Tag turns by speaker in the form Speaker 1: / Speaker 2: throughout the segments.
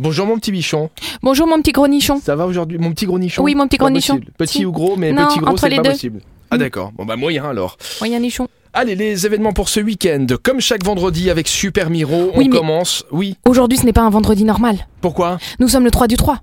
Speaker 1: Bonjour mon petit bichon.
Speaker 2: Bonjour mon petit gros nichon.
Speaker 1: Ça va aujourd'hui Mon petit gros nichon
Speaker 2: Oui, mon petit
Speaker 1: Pas
Speaker 2: gros nichon.
Speaker 1: possible. Petit
Speaker 2: Si.
Speaker 1: ou gros, mais
Speaker 2: Non,
Speaker 1: petit gros,
Speaker 2: entre
Speaker 1: c'est
Speaker 2: les
Speaker 1: pas
Speaker 2: deux. Mm.
Speaker 1: possible. Ah d'accord, bon bah moyen alors.
Speaker 2: Moyen nichon.
Speaker 1: Allez, les événements pour ce week-end. Comme chaque vendredi avec Super Miro, on
Speaker 2: Oui, mais-
Speaker 1: commence. Oui,
Speaker 2: Aujourd'hui, ce n'est pas un vendredi normal.
Speaker 1: pourquoi
Speaker 2: Nous sommes le 3 du 3.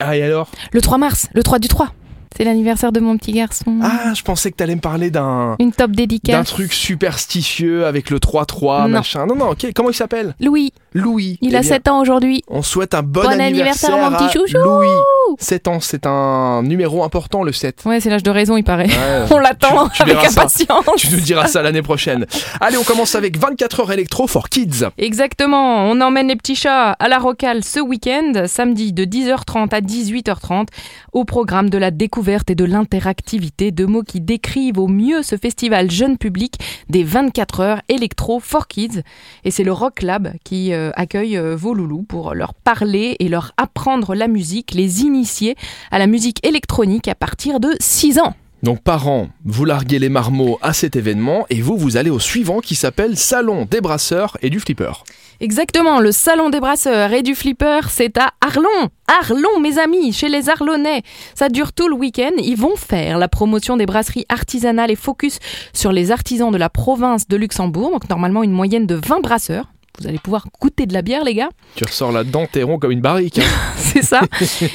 Speaker 1: Ah et alors
Speaker 2: Le 3 mars, le 3 du 3. C'est l'anniversaire de mon petit garçon.
Speaker 1: Ah, je pensais que t'allais me parler d'un...
Speaker 2: Mm. Une top
Speaker 1: D'un
Speaker 2: dédicace.
Speaker 1: truc superstitieux avec le 3-3,
Speaker 2: Non.
Speaker 1: machin. Non, non, ok. comment il s'appelle
Speaker 2: Louis,
Speaker 1: Louis.
Speaker 2: il
Speaker 1: Eh
Speaker 2: a
Speaker 1: bien,
Speaker 2: 7 ans aujourd'hui.
Speaker 1: On souhaite un bon,
Speaker 2: Bon anniversaire, mon petit chouchou.
Speaker 1: à Louis. 7 ans, c'est un numéro important, le 7.
Speaker 2: Ouais, c'est l'âge de raison, il paraît.
Speaker 1: Ouais.
Speaker 2: On l'attend
Speaker 1: tu
Speaker 2: avec
Speaker 1: verras ça.
Speaker 2: impatience.
Speaker 1: Tu nous diras ça l'année prochaine. Allez, on commence avec 24 heures électro for kids.
Speaker 2: Exactement, on emmène les petits chats à la rocale ce week-end, samedi de 10h30 à 18h30, au programme de la découverte et de l'interactivité, deux mots qui décrivent au mieux ce festival jeune public des 24 heures électro for kids. Et c'est le Rock Lab qui euh, accueille euh, vos loulous pour leur parler et leur apprendre la musique, les initier à la musique électronique à partir de 6 ans.
Speaker 1: Donc parents, vous larguez les marmots à cet événement et vous, vous allez au suivant qui s'appelle Salon des brasseurs et du flipper.
Speaker 2: Exactement, le salon des brasseurs et du flipper, c'est à Arlon. Arlon, mes amis, chez les Arlonnais. Ça dure tout le week-end. Ils vont faire la promotion des brasseries artisanales et focus sur les artisans de la province de Luxembourg. Donc normalement une moyenne de 20 brasseurs. Vous allez pouvoir goûter de la bière, les gars.
Speaker 1: Tu ressors là-dedans, t'es rond comme une barrique. hein.
Speaker 2: C'est ça.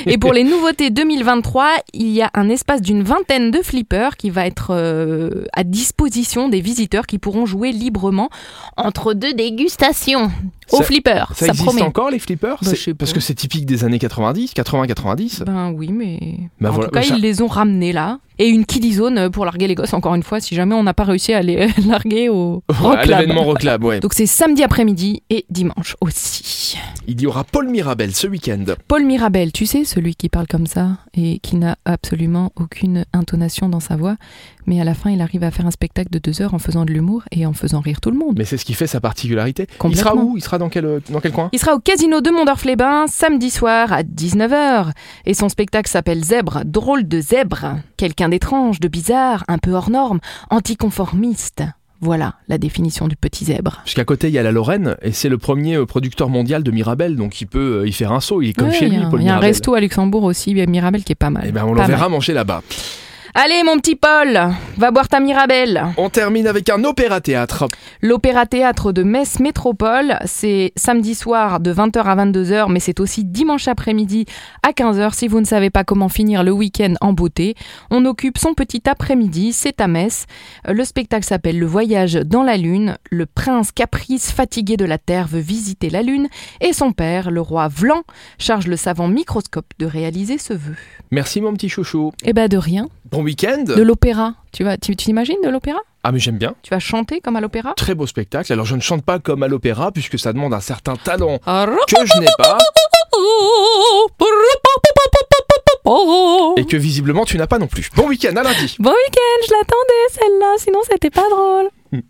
Speaker 2: Et pour les nouveautés 2023, il y a un espace d'une vingtaine de flippers qui va être euh, à disposition des visiteurs qui pourront jouer librement entre deux dégustations. Au
Speaker 1: Ça-
Speaker 2: flipper,
Speaker 1: Ça,
Speaker 2: ça,
Speaker 1: existe
Speaker 2: promet.
Speaker 1: encore les flippers
Speaker 2: Bah,
Speaker 1: C'est-
Speaker 2: je sais pas.
Speaker 1: Parce que c'est typique des années 90, 80-90.
Speaker 2: Ben oui, mais
Speaker 1: Bah
Speaker 2: en
Speaker 1: voilà,
Speaker 2: tout cas,
Speaker 1: bah ça-
Speaker 2: ils les ont ramenés là. Et une kiddie zone pour larguer les gosses, encore une fois, si jamais on n'a pas réussi à les larguer au rock
Speaker 1: à
Speaker 2: Lab.
Speaker 1: l'événement Rock Lab, ouais.
Speaker 2: Donc c'est samedi après-midi et dimanche aussi.
Speaker 1: Il y aura Paul Mirabel ce week-end.
Speaker 2: Paul Mirabel, tu sais, celui qui parle comme ça et qui n'a absolument aucune intonation dans sa voix, mais à la fin, il arrive à faire un spectacle de deux heures en faisant de l'humour et en faisant rire tout le monde.
Speaker 1: Mais c'est ce qui fait sa particularité. Il
Speaker 2: Complètement.
Speaker 1: sera où Il sera dans quel, euh, dans quel coin
Speaker 2: Il sera au casino de Mondorf-les-Bains samedi soir à 19h. Et son spectacle s'appelle Zèbre, drôle de zèbre. Quelqu'un d'étrange, de bizarre, un peu hors norme, anticonformiste. Voilà la définition du petit zèbre.
Speaker 1: Parce qu'à côté, il y a la Lorraine, et c'est le premier euh, producteur mondial de Mirabel, donc il peut euh, y faire un saut. Il est comme
Speaker 2: Ouais,
Speaker 1: chez
Speaker 2: il y
Speaker 1: lui,
Speaker 2: a un-
Speaker 1: Paul
Speaker 2: Il y a un
Speaker 1: Mirabel.
Speaker 2: resto à Luxembourg aussi, il y a Mirabel qui est pas mal.
Speaker 1: Eh ben, on
Speaker 2: Pas
Speaker 1: l'enverra manger là-bas.
Speaker 2: mal. Allez, mon petit Paul, va boire ta Mirabelle.
Speaker 1: On termine avec un opéra-théâtre.
Speaker 2: L'Opéra Théâtre de Metz Métropole, c'est samedi soir de 20h à 22h, mais c'est aussi dimanche après-midi à 15h si vous ne savez pas comment finir le week-end en beauté. On occupe son petit après-midi, c'est à Metz. Euh, Le spectacle s'appelle Le Voyage dans la Lune. Le prince Caprice, fatigué de la Terre, veut visiter la Lune et son père, le roi Vlan, charge le savant microscope de réaliser ce vœu.
Speaker 1: Merci mon petit chouchou.
Speaker 2: Eh ben de rien,
Speaker 1: Bon week-end.
Speaker 2: de l'opéra. Tu vas, tu tu t'imagines de l'opéra
Speaker 1: Ah mais j'aime bien.
Speaker 2: Tu vas chanter comme à l'opéra
Speaker 1: Très beau spectacle. Alors je ne chante pas comme à l'opéra puisque ça demande un certain talent
Speaker 2: Ah,
Speaker 1: que je n'ai pas et que visiblement tu n'as pas non plus. Bon week-end à lundi.
Speaker 2: Bon week-end, je l'attendais celle-là, sinon c'était pas drôle.